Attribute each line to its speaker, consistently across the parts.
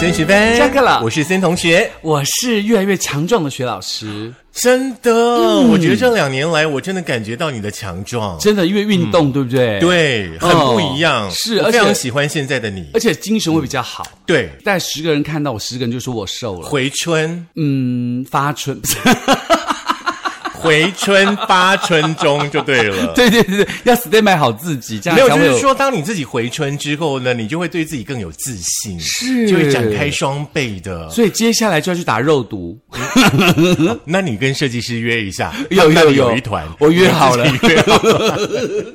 Speaker 1: 三十分
Speaker 2: 下课了
Speaker 1: 我是森同学。
Speaker 2: 我是越来越强壮的学老师，
Speaker 1: 真的，我觉得这两年来，我真的感觉到你的强壮，
Speaker 2: 嗯真的因为运动，对不对？，
Speaker 1: 嗯对，很不一样。
Speaker 2: 哦是
Speaker 1: 我
Speaker 2: 而
Speaker 1: 非
Speaker 2: 且
Speaker 1: 常喜欢现在的你
Speaker 2: 而。且精神会比较好。
Speaker 1: 对，
Speaker 2: 大概十个人看到我，十个人就说我瘦了，
Speaker 1: 回 春，
Speaker 2: 嗯，发 春，
Speaker 1: 回春发春中就对 了。
Speaker 2: 对对对对，要 stand by 好自己，这样
Speaker 1: 没有，
Speaker 2: 才
Speaker 1: 就
Speaker 2: 会
Speaker 1: 是说，当你自己回春之后呢，你就会对自己更有自信，
Speaker 2: 是
Speaker 1: 就会展开双倍的。
Speaker 2: 所以接下来就要去打肉毒，
Speaker 1: 那你跟设计师约一下，
Speaker 2: 有
Speaker 1: 那
Speaker 2: 有
Speaker 1: 里有
Speaker 2: 有
Speaker 1: 一团，
Speaker 2: 我约好 了
Speaker 1: 你自己约好了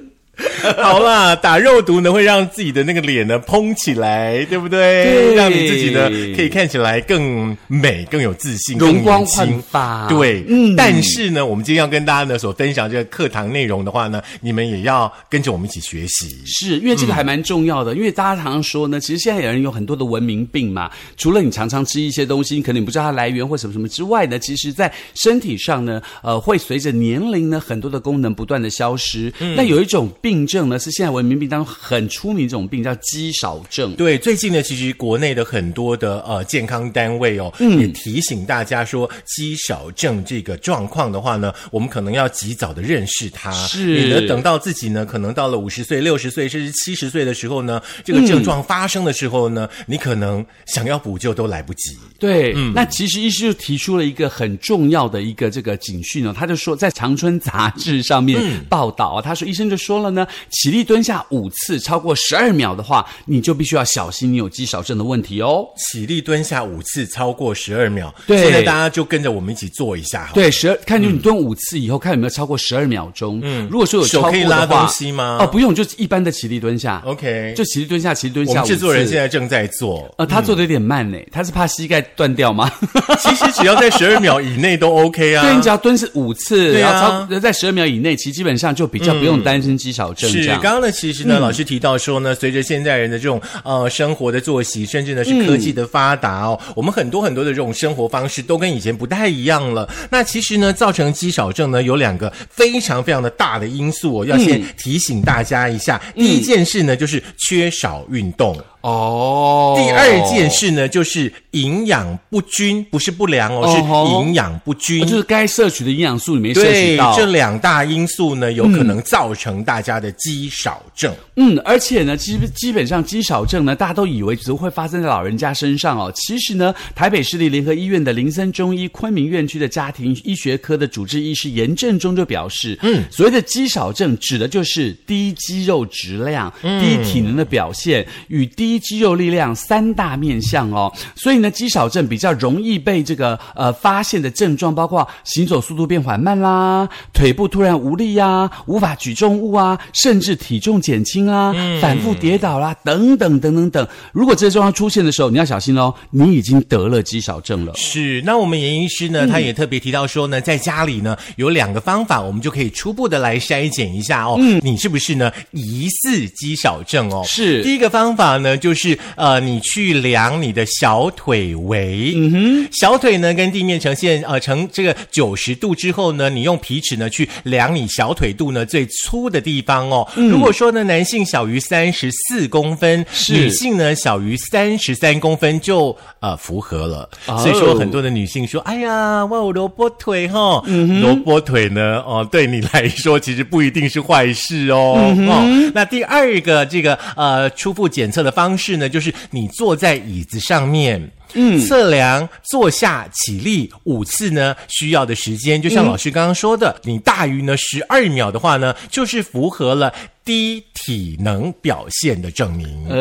Speaker 1: 好啦，打肉毒呢会让自己的那个脸呢嘭起来，对不对？
Speaker 2: 对
Speaker 1: 让你自己呢可以看起来更美、更有自信、
Speaker 2: 容光
Speaker 1: 更年轻
Speaker 2: 焕发
Speaker 1: 对，
Speaker 2: 嗯
Speaker 1: 但是呢，我们今天要跟大家呢所分享这个课堂内容的话呢，你们也要跟着我们一起学习。
Speaker 2: 是因为这个还蛮重要的，因为大家常常说呢，其实现在有人有很多的文明病嘛，除了你常常吃一些东西，你可能你不知道它来源或什么什么之外呢，其实在身体上呢，呃，会随着年龄呢，很多的功能不断的消失。那有一种病症呢，是现在文明病当中很出名，这种病叫肌少症。
Speaker 1: 对，最近呢，其实国内的很多的呃健康单位哦，
Speaker 2: 嗯
Speaker 1: 也提醒大家说，肌少症这个状况的话呢，我们可能要及早的认识它。
Speaker 2: 是
Speaker 1: 你呢，等到自己呢，可能到了五十岁、六十岁，甚至七十岁的时候呢，这
Speaker 2: 嗯
Speaker 1: 个症状发生的时候呢，你可能想要补救都来不及。
Speaker 2: 对，
Speaker 1: 嗯
Speaker 2: 那其实医师就提出了一个很重要的一个这个警讯哦，他就说在《长春杂志》上面
Speaker 1: 嗯
Speaker 2: 报道啊，他说医生就说了呢，起立蹲下五次超过十二秒的话，你就必须要小心你有肌少症的问题哦。
Speaker 1: 起立蹲下五次，超过十二秒。
Speaker 2: 对
Speaker 1: 现在大家就跟着我们一起做一下好了。
Speaker 2: 对，十二看就你蹲五次以后，看有没有超过十二秒钟。嗯，如果说有
Speaker 1: 手
Speaker 2: 超过
Speaker 1: 可以
Speaker 2: 的
Speaker 1: 拉
Speaker 2: 话，
Speaker 1: 东西吗
Speaker 2: 哦，不用，就一般的起立蹲下。
Speaker 1: ，OK，
Speaker 2: 就起立蹲下，起立蹲
Speaker 1: 我
Speaker 2: 下
Speaker 1: 们
Speaker 2: 五次。
Speaker 1: 制作人现在正在做。
Speaker 2: 呃，他做的有点慢呢，他是怕膝盖断掉吗？
Speaker 1: 其实只要在十二秒以内都 OK 啊。
Speaker 2: 对你只要蹲是五次，
Speaker 1: 对啊
Speaker 2: 然后超在十二秒以内，其实基本上就比较不用担心肌少症这
Speaker 1: 是，
Speaker 2: 样。
Speaker 1: 刚刚呢，其
Speaker 2: 嗯
Speaker 1: 实呢，老师提到说呢，随着现在人的这种呃生活的作息，甚至呢
Speaker 2: 嗯
Speaker 1: 是科技的发达哦，我们很多很多的这种生活方式都跟以前不太一样了。那其实呢，造成肌少症呢有两个非常非常的大的因素
Speaker 2: 嗯
Speaker 1: 哦，要先提醒大家一下。第一件事呢，就是缺少运动。
Speaker 2: 哦，
Speaker 1: 第二件事呢，就是营养不均，不是不良哦，
Speaker 2: 哦吼
Speaker 1: 是营养不均，
Speaker 2: 呃就是该摄取的营养素你没摄取
Speaker 1: 对
Speaker 2: 到。
Speaker 1: 这两大因素呢，有可能造成大家的肌少症。
Speaker 2: 嗯，而且呢，基基本上肌少症呢，大家都以为只会发生在老人家身上哦。其实呢，台北市立联合医院的林森中医昆明院区的家庭医学科的主治医师严正中就表示，嗯，所谓的肌少症指的就是低肌肉质量、
Speaker 1: 嗯
Speaker 2: 低体能的表现与低肌肉力量三大面向哦。所以呢，肌少症比较容易被这个呃发现的症状包括行走速度变缓慢啦，腿部突然无力呀、无法举重物啊，甚至体重减轻啊，
Speaker 1: 嗯
Speaker 2: 反复跌倒啦、等等等等等。如果这些状况出现的时候，你要小心喽，你已经得了肌少症了。
Speaker 1: 是，那我们严医师呢，他也特别提到说呢，在家里呢有两个方法，我们就可以初步的来筛检一下哦，你是不是呢疑似肌少症哦？
Speaker 2: 是
Speaker 1: 第一个方法呢，就是呃，你去量你的小腿围，嗯哼，小腿呢跟地面呈现呃呈这个九十度之后呢，你用皮尺呢去量你小腿肚呢最粗的地方哦。如果说呢男性小于三十四公分，
Speaker 2: 是
Speaker 1: 女性呢小于三十三公分就呃符合了。
Speaker 2: 哦
Speaker 1: 所以说，很多的女性说：“哎呀，我有萝卜腿哈、
Speaker 2: 嗯
Speaker 1: 萝卜腿呢，哦，对你来说其实不一定是坏事哦。
Speaker 2: 嗯
Speaker 1: 哦，那第二个这个呃初步检测的方式呢，就是你坐在椅子上面。嗯，测量坐下起立五次呢，需要的时间，就
Speaker 2: 嗯
Speaker 1: 像老师刚刚说的，你大于呢十二秒的话呢，就是符合了低体能表现的证明。
Speaker 2: 哦，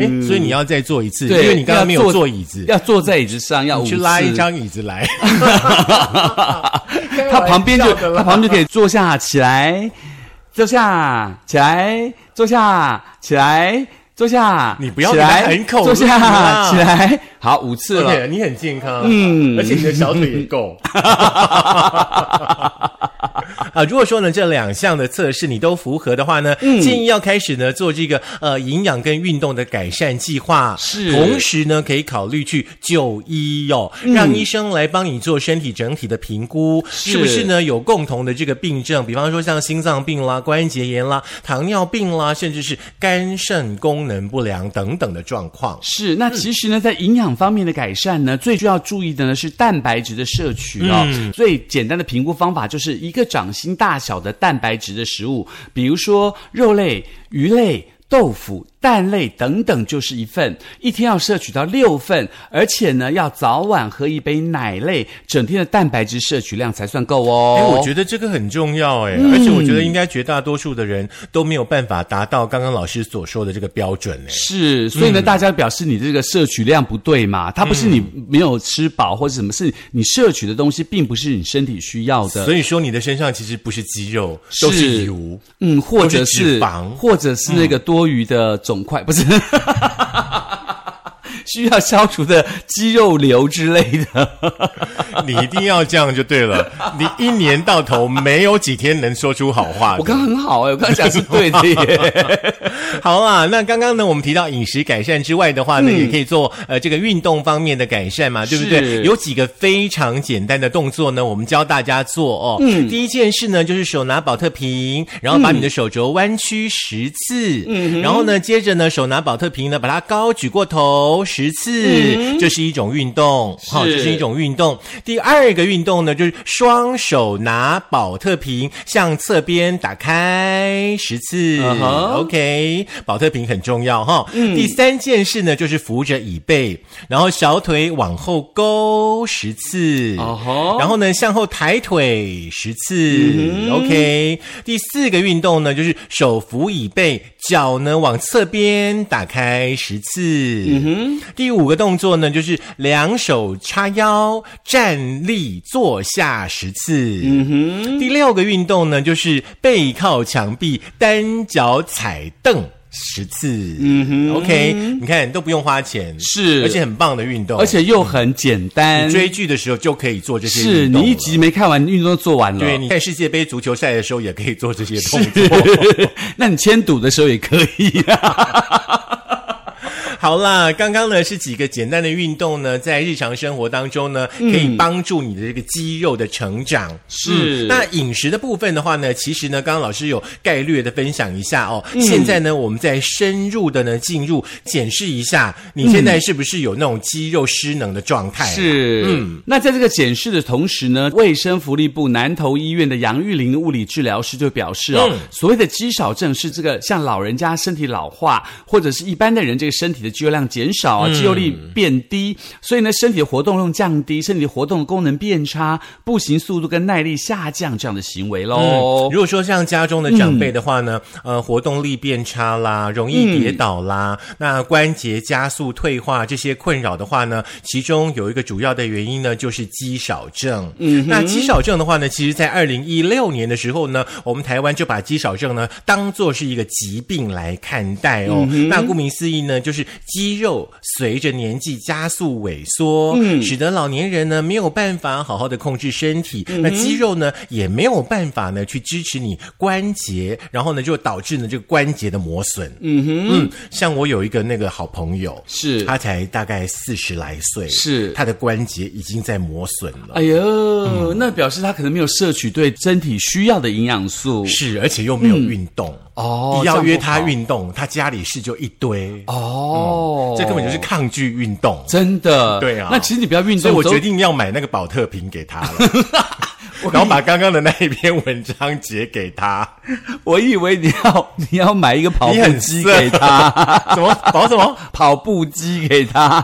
Speaker 1: 哎、所以你要再做一次，因
Speaker 2: 对
Speaker 1: 为你刚刚没有
Speaker 2: 要坐
Speaker 1: 坐椅子，
Speaker 2: 要坐在椅子上要五
Speaker 1: 你去拉一
Speaker 2: 次
Speaker 1: 张椅子来。
Speaker 2: 他旁边就他旁边就可以坐下起来，坐下起来，坐下起来，坐下，
Speaker 1: 你不要
Speaker 2: 起
Speaker 1: 给他
Speaker 2: 来，
Speaker 1: 喊口
Speaker 2: 坐
Speaker 1: 令啊
Speaker 2: 下起来，好五次
Speaker 1: 而
Speaker 2: 了。
Speaker 1: 且你很健康，嗯，而且你的小腿也够。 啊，如果说呢这两项的测试你都符合的话呢，建议要开始呢做这个呃营养跟运动的改善计划，
Speaker 2: 是
Speaker 1: 同时呢可以考虑去就医哦，让医生来帮你做身体整体的评估，
Speaker 2: 是
Speaker 1: 是不是呢有共同的这个病症，比方说像心脏病啦、关节炎啦、糖尿病啦，甚至是肝肾功能不良等等的状嗯况。
Speaker 2: 是，那其实呢，在营养方面的改善呢，最需要注意的呢是蛋白质的摄取哦。
Speaker 1: 嗯
Speaker 2: 最简单的评估方法就是一个掌心大小的蛋白质的食物，比如说肉类、鱼类。豆腐、蛋类等等，就是一份，一天要摄取到六份，而且呢，要早晚喝一杯奶类，整天的蛋白质摄取量才算够哦。嗯
Speaker 1: 哎，我觉得这个很重要哎，而且我觉得应该绝大多数的人都没有办法达到刚刚老师所说的这个标准哎。
Speaker 2: 是，所以呢，大家表示你这个摄取量不对嘛，它不是
Speaker 1: 嗯
Speaker 2: 你没有吃饱或者什么，是你摄取的东西并不是你身体需要的。
Speaker 1: 所以说你的身上其实不是肌肉，都
Speaker 2: 是
Speaker 1: 是油。
Speaker 2: 嗯，或者
Speaker 1: 或是
Speaker 2: 是
Speaker 1: 脂肪
Speaker 2: 或者是那个多余的肿块， 不是。需要消除的肌肉瘤之类 的，
Speaker 1: 你一定要这样就对了。你一年到头没有几天能说出好话的。
Speaker 2: 我刚刚很好哎、我刚刚讲是对 的耶。
Speaker 1: 好啊，那刚刚呢，我们提到饮食改善之外的话呢，也可以做呃这个运动方面的改善嘛，对不
Speaker 2: 嗯是
Speaker 1: 对？有几个非常简单的动作呢，我们教大家做哦。嗯，第一件事呢，就是手拿保特瓶，然后把你的手肘弯曲十次，嗯，然后呢，接着呢，手拿保特瓶呢，把它高举过头十次，这是一种运动，好、
Speaker 2: 嗯是
Speaker 1: 这是一种运动。第二个运动呢，就是双手拿保特瓶向侧边打开十次。
Speaker 2: 嗯哼
Speaker 1: OK，保特瓶很重要哈。第三件事呢，就是扶着椅背，然后小腿往后勾十次，
Speaker 2: 哦吼
Speaker 1: 然后呢向后抬腿十次。OK，第四个运动呢，就是手扶椅背，脚呢往侧边打开十次。第五个动作呢，就是两手叉腰站立坐下十次。嗯哼。第六个运动呢，就是背靠墙壁，单脚踩凳。十次，嗯哼，OK，你看都不用花钱，
Speaker 2: 是
Speaker 1: 而且很棒的运动，
Speaker 2: 而且又很简单，
Speaker 1: 追剧的时候就可以做这些
Speaker 2: 是
Speaker 1: 运
Speaker 2: 你
Speaker 1: 动
Speaker 2: 一
Speaker 1: 了
Speaker 2: 集没看完，运动都做完了。
Speaker 1: 对，你看世界杯足球赛的时候也可以做这些动作。
Speaker 2: 那你签赌的时候也可以啊。
Speaker 1: 好啦，刚刚呢是几个简单的运动呢，在日常生活当中呢，
Speaker 2: 嗯
Speaker 1: 可以帮助你的这个肌肉的成长。嗯
Speaker 2: 是
Speaker 1: 那饮食的部分的话呢，其实呢，刚刚老师有概略的分享一下哦。
Speaker 2: 嗯
Speaker 1: 现在呢，我们再深入的呢进入检视一下，你现在是不是有那种肌肉失能的状态？。
Speaker 2: 嗯是，嗯，那在这个检视的同时呢，卫生福利部南投医院的杨玉玲物理治疗师就表示哦，
Speaker 1: 嗯
Speaker 2: 所谓的肌少症是这个像老人家身体老化，或者是一般的人这个身体的肌肉量减少
Speaker 1: 嗯
Speaker 2: 啊，肌肉力变低，所以呢，身体的活动量降低，身体活动的功能变差，步行速度跟耐力下降这样的行为喽。
Speaker 1: 嗯如果说像家中的长辈的话呢，呃，活动力变差啦，容易跌倒啦，那关节加速退化这些困扰的话呢，其中有一个主要的原因呢，就是肌少症。嗯，那肌少症的话呢，其实在二零一六年的时候呢，我们台湾就把肌少症呢当做是一个疾病来看待
Speaker 2: 嗯
Speaker 1: 哦。那顾名思义呢，就是肌肉随着年纪加速萎缩，
Speaker 2: 嗯
Speaker 1: 使得老年人呢没有办法好好的控制身体，
Speaker 2: 嗯
Speaker 1: 那肌肉呢也没有办法呢去支持你关节，然后呢就导致呢这个关节的磨损。嗯哼，嗯，像我有一个那个好朋友，
Speaker 2: 是
Speaker 1: 他才大概四十来岁，
Speaker 2: 是
Speaker 1: 他的关节已经在磨损了。
Speaker 2: 哎呦，
Speaker 1: 嗯
Speaker 2: 那表示他可能没有摄取对身体需要的营养素。
Speaker 1: 是，而且又没有运动、
Speaker 2: 嗯哦
Speaker 1: 你要约他
Speaker 2: 这样不好
Speaker 1: 运动，他家里事就一堆，
Speaker 2: 哦，
Speaker 1: 这根本就是抗拒运动。
Speaker 2: 真的，
Speaker 1: 对啊
Speaker 2: 那其实你不要运动，
Speaker 1: 所以我
Speaker 2: 走
Speaker 1: 决定要买那个保特瓶给他 了，然后把刚刚的那一篇文章截给他。
Speaker 2: 我以为你要你要买一个跑
Speaker 1: 你
Speaker 2: 步
Speaker 1: 很
Speaker 2: 机
Speaker 1: 色
Speaker 2: 给他，
Speaker 1: 什么保什么？
Speaker 2: 跑步机给他。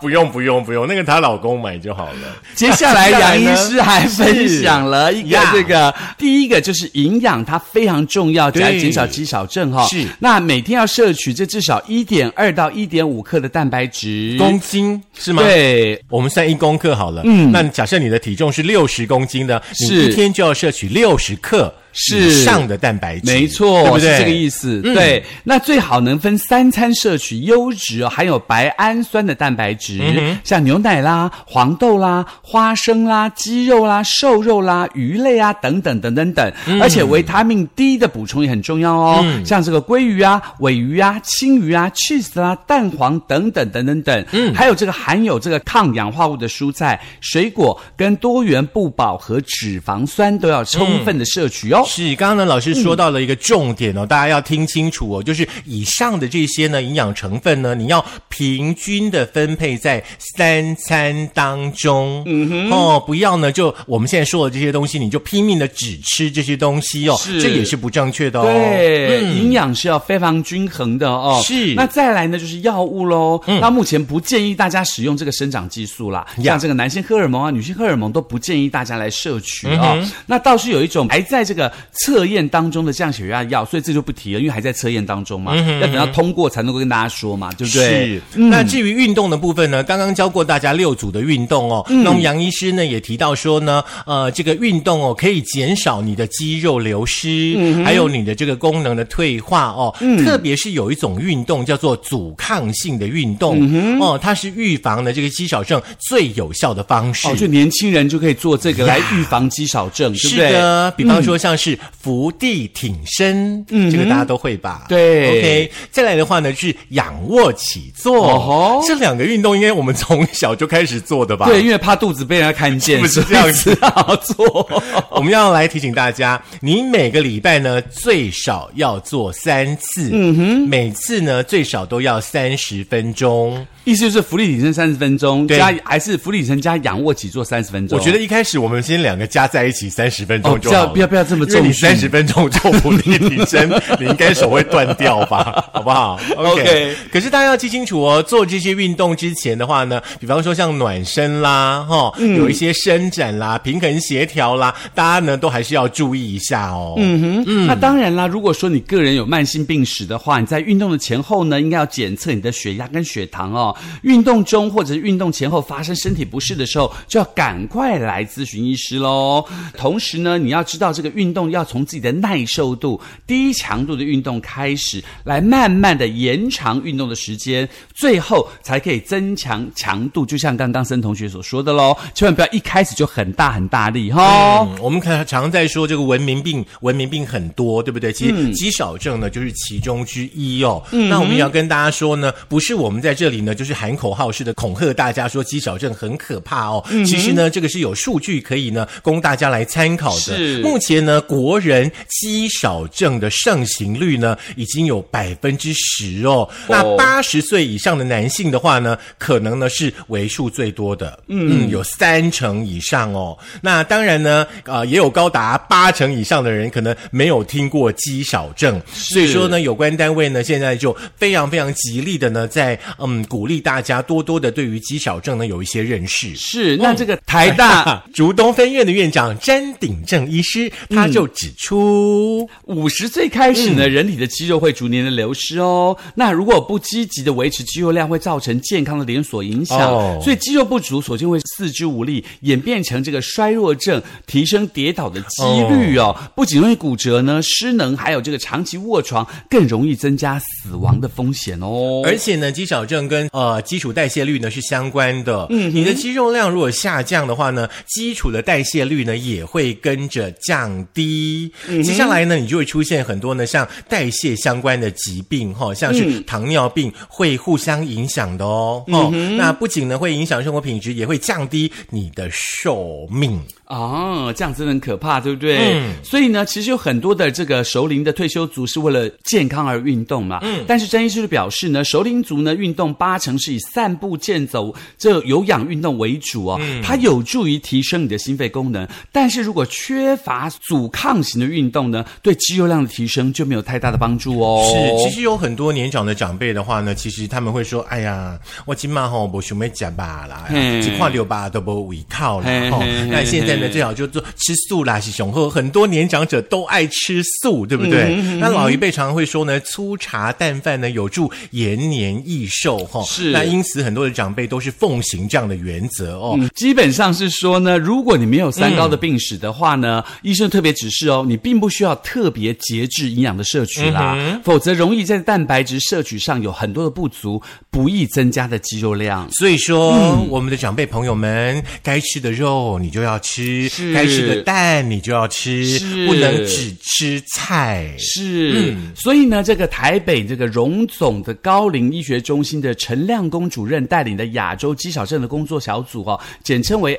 Speaker 1: 不用不用不用，那个她老公买就好了。
Speaker 2: 接下来，
Speaker 1: 接下
Speaker 2: 杨
Speaker 1: 来呢
Speaker 2: 医师还分享了一个
Speaker 1: 呀
Speaker 2: 这个，第一个就是营养，它非常重要，只
Speaker 1: 对
Speaker 2: 要减少肌少症哈。
Speaker 1: 是
Speaker 2: 那每天要摄取这至少一点二到一点五克的蛋白质。
Speaker 1: 公斤是吗？。
Speaker 2: 对，
Speaker 1: 我们算一公克好了，嗯，那假设你的体重是六十公斤的，你
Speaker 2: 是
Speaker 1: 一天就要摄取六十克以上的蛋白质，
Speaker 2: 没错，
Speaker 1: 对不对？嗯
Speaker 2: 是这个意思。对，那最好能分三餐摄取优质哦含有白氨酸的蛋白质，
Speaker 1: 嗯
Speaker 2: 像牛奶啦、黄豆啦、花生啦、鸡肉啦、瘦肉啦、鱼类啊等等等等等。
Speaker 1: 嗯
Speaker 2: 而且维他命 D 的补充也很重要哦，像这个鲑鱼啊、尾鱼啊、青鱼啊、cheese 啦、蛋黄等等等等等。嗯，还有这个含有这个抗氧化物的蔬菜、水果跟多元不饱和脂肪酸都要
Speaker 1: 嗯
Speaker 2: 充分的摄取哦。
Speaker 1: 是，刚刚呢，老师说到了一个重点哦，大家要听清楚哦，就是以上的这些呢营养成分呢，你要平均的分配在三餐当中，嗯哼，哦，不要呢就我们现在说的这些东西，你就拼命的只吃这些东西哦，
Speaker 2: 是
Speaker 1: 这也是不正确的哦，
Speaker 2: 对，营养是要非常均衡的哦。
Speaker 1: 是嗯
Speaker 2: 那再来呢，就是药物喽。那目前不建议大家使用这个生长激素啦，
Speaker 1: 呀
Speaker 2: 像这个男性荷尔蒙啊、女性荷尔蒙都不建议大家来摄取哦。
Speaker 1: 嗯
Speaker 2: 那倒是有一种还在这个测验当中的降血压药，所以这就不提了，因为还在测验当中嘛，
Speaker 1: 嗯
Speaker 2: 要等到通过才能够跟大家说嘛，对不嗯对？
Speaker 1: 是，那至于运动的部分呢，刚刚教过大家六组的运动哦。
Speaker 2: 嗯
Speaker 1: 那我们杨医师呢也提到说呢，呃，这个运动哦可以减少你的肌肉流失，
Speaker 2: 嗯
Speaker 1: 还有你的这个功能的退化哦。特别是有一种运动叫做阻抗性的运动、
Speaker 2: 嗯
Speaker 1: 哦，它是预防呢这个肌少症最有效的方式。
Speaker 2: 哦，就年轻人就可以做这个来预防肌少症，对不
Speaker 1: 是
Speaker 2: 对？
Speaker 1: 的，比方说像是伏地挺身，嗯，这个大家都会吧？
Speaker 2: 对
Speaker 1: ，OK。再来的话呢是仰卧起坐，
Speaker 2: 哦吼
Speaker 1: 这两个运动应该我们从小就开始做的吧？
Speaker 2: 对，，因为怕肚子被人家看见，
Speaker 1: 不是这样子
Speaker 2: 所以只好做。
Speaker 1: 我们要来提醒大家，你每个礼拜呢最少要做三次，嗯哼，每次呢最少都要三十分钟。
Speaker 2: 意思就是浮力挺身三十分钟，
Speaker 1: 对
Speaker 2: 加还是浮力挺身加仰卧起坐三十分钟。
Speaker 1: 我觉得一开始我们先两个加在一起三十分钟
Speaker 2: 哦
Speaker 1: 就好了、
Speaker 2: 不要不要不要这么
Speaker 1: 因为你
Speaker 2: 重视
Speaker 1: 三十分钟做不力挺 身，你应该手会断掉吧？好不好
Speaker 2: OK
Speaker 1: 可是大家要记清楚哦，做这些运动之前的话呢，比方说像暖身啦，哈、
Speaker 2: 嗯
Speaker 1: 有一些伸展啦、平衡协调啦，大家呢都还是要注意一下哦。嗯哼，
Speaker 2: 嗯，那当然啦。如果说你个人有慢性病史的话，你在运动的前后呢，应该要检测你的血压跟血糖哦。运动中或者是运动前后发生身体不适的时候，就要赶快来咨询医师喽。同时呢，你要知道这个运动要从自己的耐受度、低强度的运动开始，来慢慢的延长运动的时间，最后才可以增强强度。就像刚刚森同学所说的喽，千万不要一开始就很大很大力哈、
Speaker 1: 嗯，我们常常在说这个文明病，文明病很多，对不对？其实肌少症呢就是其中之一哦。那我们也要跟大家说呢，不是我们在这里呢就是喊口号式的恐吓大家说肌少症很可怕哦。其实呢，这个是有数据可以呢供大家来参考的。
Speaker 2: 是
Speaker 1: 目前呢，国人肌少症的盛行率呢已经有百分之十哦。那
Speaker 2: 哦
Speaker 1: 八十岁以上的男性的话呢，可能呢是为数最多的，嗯有三成以上哦。那当然呢，呃，也有高达八成以上的人可能没有听过肌少症，所以说呢，有关单位呢现在就非常非常极力的呢，在嗯鼓励大家多多的对于肌少症呢有一些认识。
Speaker 2: 是，那这个台大
Speaker 1: 竹东分院的院长詹鼎正医师，他就指出，
Speaker 2: 五十岁开始呢，人体的肌肉会逐年的流失哦。那如果不积极的维持肌肉量，会造成健康的连锁影响。
Speaker 1: 哦
Speaker 2: 所以肌肉不足，首先会四肢无力，演变成这个衰弱症，提升跌倒的几率哦。不仅容易骨折呢，失能，还有这个长期卧床，更容易增加死亡的风险哦。
Speaker 1: 而且呢，肌少症跟呃基础代谢率呢是相关的。嗯，你的肌肉量如果下降的话呢，基础的代谢率呢也会跟着降低。接下来呢，你就会出现很多呢像代谢相关的疾病哈、像是糖尿病会互相影响的哦。哦，那不仅呢会影响生活品质，也会降低你的寿命。
Speaker 2: 啊，这样真的很可怕，对不对？
Speaker 1: 嗯
Speaker 2: 所以呢，其实有很多的这个熟龄的退休族是为了健康而运动嘛。嗯，但是詹医师就表示呢，熟龄族呢运动八成是以散步、健走这有氧运动为主哦，
Speaker 1: 嗯
Speaker 2: 它有助于提升你的心肺功能。但是如果缺乏阻抗型的运动呢，对肌肉量的提升就没有太大的帮助哦。
Speaker 1: 是，其实有很多年长的长辈的话呢，其实他们会说：“哎呀，我今嘛吼，我想要吃吧啦，
Speaker 2: 嘿
Speaker 1: 一块六吧都不胃靠啦
Speaker 2: 嘿
Speaker 1: 吼。
Speaker 2: 嘿嘿”
Speaker 1: 那现在呢，最好就做吃素啦，是雄厚。很多年长者都爱吃素，对不
Speaker 2: 嗯
Speaker 1: 对？那老一辈常常会说呢，粗茶淡饭呢有助延年益寿哈。
Speaker 2: 是
Speaker 1: 那因此很多的长辈都是奉行这样的原则哦。
Speaker 2: 嗯，基本上是说呢，如果你没有三高的病史的话呢，医生特别指示哦，你并不需要特别节制营养的摄取啦，否则容易在蛋白质摄取上有很多的不足，不易增加的肌肉量。
Speaker 1: 所以说，
Speaker 2: 嗯
Speaker 1: 我们的长辈朋友们，该吃的肉你就要吃
Speaker 2: 是，
Speaker 1: 该吃的蛋你就要吃
Speaker 2: 是，
Speaker 1: 不能只吃菜。
Speaker 2: 是，所以呢，这个台北这个荣总的高龄医学中心的陈亮公主任带领的亚洲肌少症的工作小组哦，简称为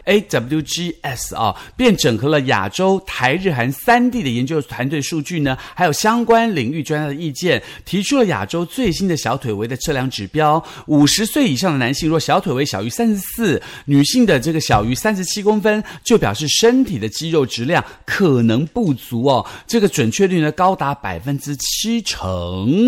Speaker 2: AWGS 啊、便整合了亚洲、台、日、韩三地的研究团队数据呢，还有相关领域专家的意见，提出了亚洲最新的小腿围的测量指标。五十岁以上的男性若小腿围小于三十四，女性的这个小于三十七公分，就表示身体的肌肉质量可能不足哦。这个准确率呢高达百分之七成。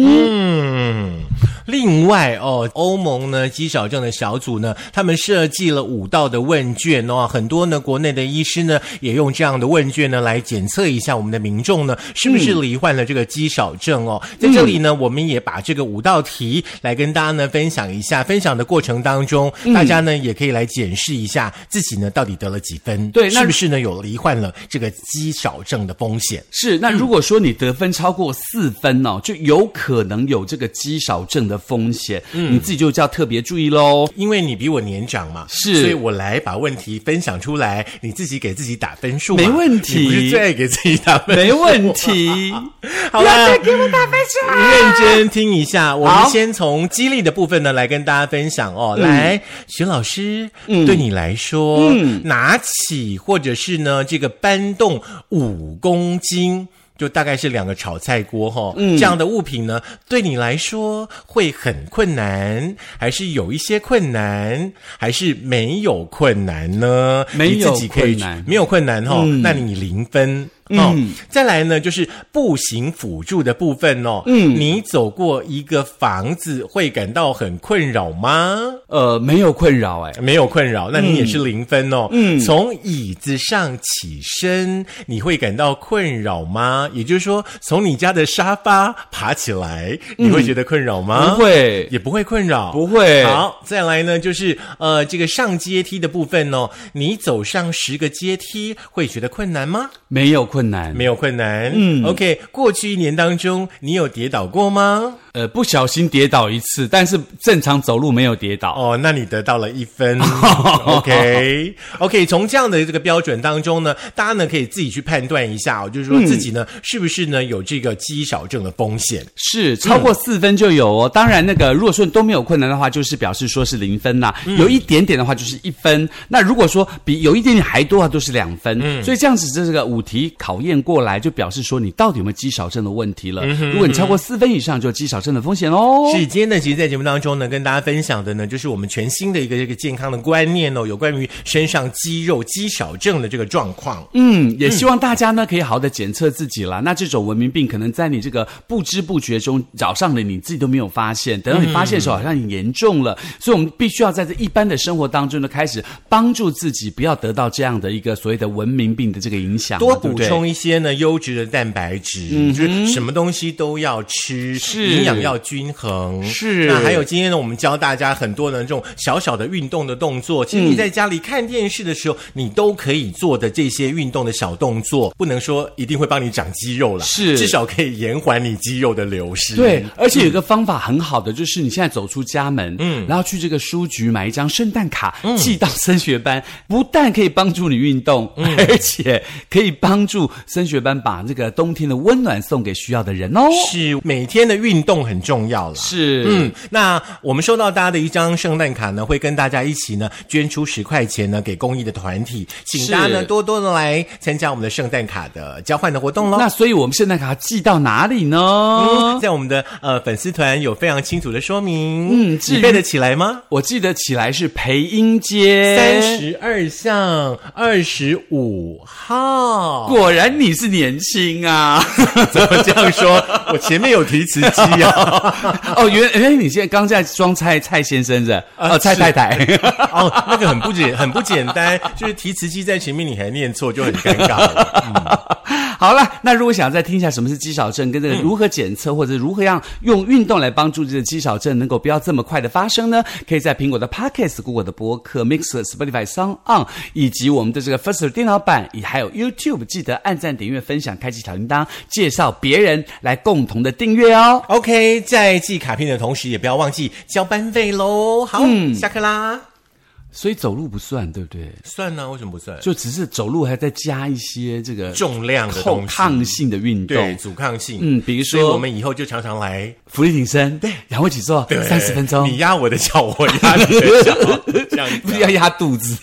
Speaker 1: 嗯，另外哦，欧盟呢肌少症的小组呢，他们设计了五道的问卷哦，很多呢国内的医师呢也用这样的问卷呢来检测一下我们的民众呢是不是罹患了这个肌少症哦。
Speaker 2: 嗯
Speaker 1: 在这里呢，我们也把这个五道题来跟大家呢分享一下，分享的过程当中，
Speaker 2: 嗯
Speaker 1: 大家呢也可以来检视一下自己呢到底得了几分，
Speaker 2: 对那
Speaker 1: 是不是呢有罹患了这个肌少症的风险？
Speaker 2: 是，那如果说你得分超过四分哦，就有可能有这个肌少症的风险，
Speaker 1: 嗯
Speaker 2: 你自己就要特别注意 喽。
Speaker 1: 因为你比我年长嘛，
Speaker 2: 是
Speaker 1: 所以我来把问题分享出来，你自己给自己打分数嘛，
Speaker 2: 没问题
Speaker 1: 你不是最爱给自己打分数，
Speaker 2: 没问题，
Speaker 1: 好嗯
Speaker 2: 不要
Speaker 1: 啦
Speaker 2: 再给我打分数啊。
Speaker 1: 认真听一下，我
Speaker 2: 好
Speaker 1: 们先从激励的部分呢来跟大家分享哦。来，徐老师，对你来说，拿起或者是呢这个搬动五公斤。就大概是两个炒菜锅哈、哦，这样的物品呢，对你来说会很困难，还是有一些困难，还是没有困难呢？
Speaker 2: 没有
Speaker 1: 你自己可以
Speaker 2: 困难嗯
Speaker 1: 没有困难哦，那你零分。哦，再来呢，就是步行辅助的部分哦。嗯，你走过一个房子会感到很困扰吗？
Speaker 2: 呃，没有困扰哎、
Speaker 1: 没有困扰，那你也是零分哦。嗯，从椅子上起身，你会感到困扰吗？也就是说，从你家的沙发爬起来，你会觉得困扰吗？
Speaker 2: 嗯不会
Speaker 1: 也不会困扰，
Speaker 2: 不会
Speaker 1: 好，再来呢，就是呃，这个上阶梯的部分哦，你走上十个阶梯会觉得困难吗？
Speaker 2: 没有困难，
Speaker 1: 没有困难。嗯，OK，过去一年当中，你有跌倒过吗？
Speaker 2: 呃，不小心跌倒一次，但是正常走路没有跌倒。
Speaker 1: 哦，那你得到了一 分。OK，OK，、从这样的这个标准当中呢，大家呢可以自己去判断一下哦，就是说自己呢、是不是呢有这个肌少症的风险。
Speaker 2: 是超
Speaker 1: 嗯
Speaker 2: 过四分就有哦。当然，那个如果说你都没有困难的话，就是表示说是零分啦。
Speaker 1: 嗯
Speaker 2: 有一点点的话就是一分。那如果说比有一点点还多啊，都是两分。
Speaker 1: 嗯
Speaker 2: 所以这样子这个五题考验过来，就表示说你到底有没有肌少症的问题了。
Speaker 1: 嗯
Speaker 2: 如果你超过四分以上，就有肌少症的风险哦。
Speaker 1: 是，今天呢，其实，在节目当中呢，跟大家分享的呢，就是我们全新的一个这个健康的观念哦，有关于身上肌肉肌少症的这个状况。
Speaker 2: 嗯，也希望大家呢可以好好的检测自己啦。那这种文明病可能在你这个不知不觉中找上了，你自己都没有发现。等到你发现的时候，好像很严重了。所以我们必须要在这一般的生活当中呢，开始帮助自己，不要得到这样的一个所谓的文明病的这个影响，
Speaker 1: 多
Speaker 2: 对
Speaker 1: 补
Speaker 2: 不对
Speaker 1: 充一些呢优质的蛋白质，就是什么东西都要吃，
Speaker 2: 嗯是
Speaker 1: 营养要均衡。
Speaker 2: 是
Speaker 1: 那还有今天呢，我们教大家很多的这种小小的运动的动作，其实
Speaker 2: 嗯
Speaker 1: 你在家里看电视的时候，你都可以做的这些运动的小动作，不能说一定会帮你长肌肉啦，
Speaker 2: 是
Speaker 1: 至少可以延缓你肌肉的流失。
Speaker 2: 对，而且有一个方法很好的，就是你现在走出家门，嗯，然后去这个书局买一张圣诞卡，寄到升学班，不但可以帮助你运动，而且可以帮助升学班把这个冬天的温暖送给需要的人哦。
Speaker 1: 是每天的运动很重要啦。
Speaker 2: 是，
Speaker 1: 嗯，那我们收到大家的一张圣诞卡呢，会跟大家一起呢捐出十块钱呢给公益的团体，请大家呢
Speaker 2: 是
Speaker 1: 多多的来参加我们的圣诞卡的交换的活动喽。
Speaker 2: 那所哦以我们圣诞卡寄到哪里呢？
Speaker 1: 嗯在我们的呃粉丝团有非常清楚的说明，
Speaker 2: 嗯至于
Speaker 1: 你背得起来吗？
Speaker 2: 我记得起来是培英街
Speaker 1: 三。十二巷二十五号，
Speaker 2: 果然你是年轻 啊！
Speaker 1: 怎么 这样说？我前面有提词机啊，
Speaker 2: 哦，原原来你现在刚在装蔡蔡先生是？哦，蔡太太。
Speaker 1: 哦，那个很不简很不简单，就是提词机在前面，你还念错，就很尴尬了。
Speaker 2: 好了，那如果想再听一下什么是肌少症，跟这个
Speaker 1: 嗯
Speaker 2: 如何检测，或者如何让用运动来帮助这个肌少症能够不要这么快的发生呢？可以在苹果的 Podcast、Google 的播客、Mixer、Spotify、s o n On，以及我们的这个 First 电脑版，也还有 YouTube，记得按赞、订阅、分享、开启小铃铛，介绍别人来共同的订阅哦。
Speaker 1: OK，在寄卡片的同时，也不要忘记交班费喽。好，
Speaker 2: 嗯
Speaker 1: 下课啦。
Speaker 2: 所以走路不算，对不对？
Speaker 1: 算呢、为什么不算？
Speaker 2: 就只是走路还再加一些这个
Speaker 1: 重量的
Speaker 2: 后
Speaker 1: 东西，
Speaker 2: 抗性的运
Speaker 1: 对
Speaker 2: 动，
Speaker 1: 阻抗性。
Speaker 2: 嗯比如说
Speaker 1: 所以我们以后就常常来
Speaker 2: 俯卧撑，对，仰卧起坐，三十分 钟
Speaker 1: 你，压我的脚，我压你的脚，这样子
Speaker 2: 不。要压肚子。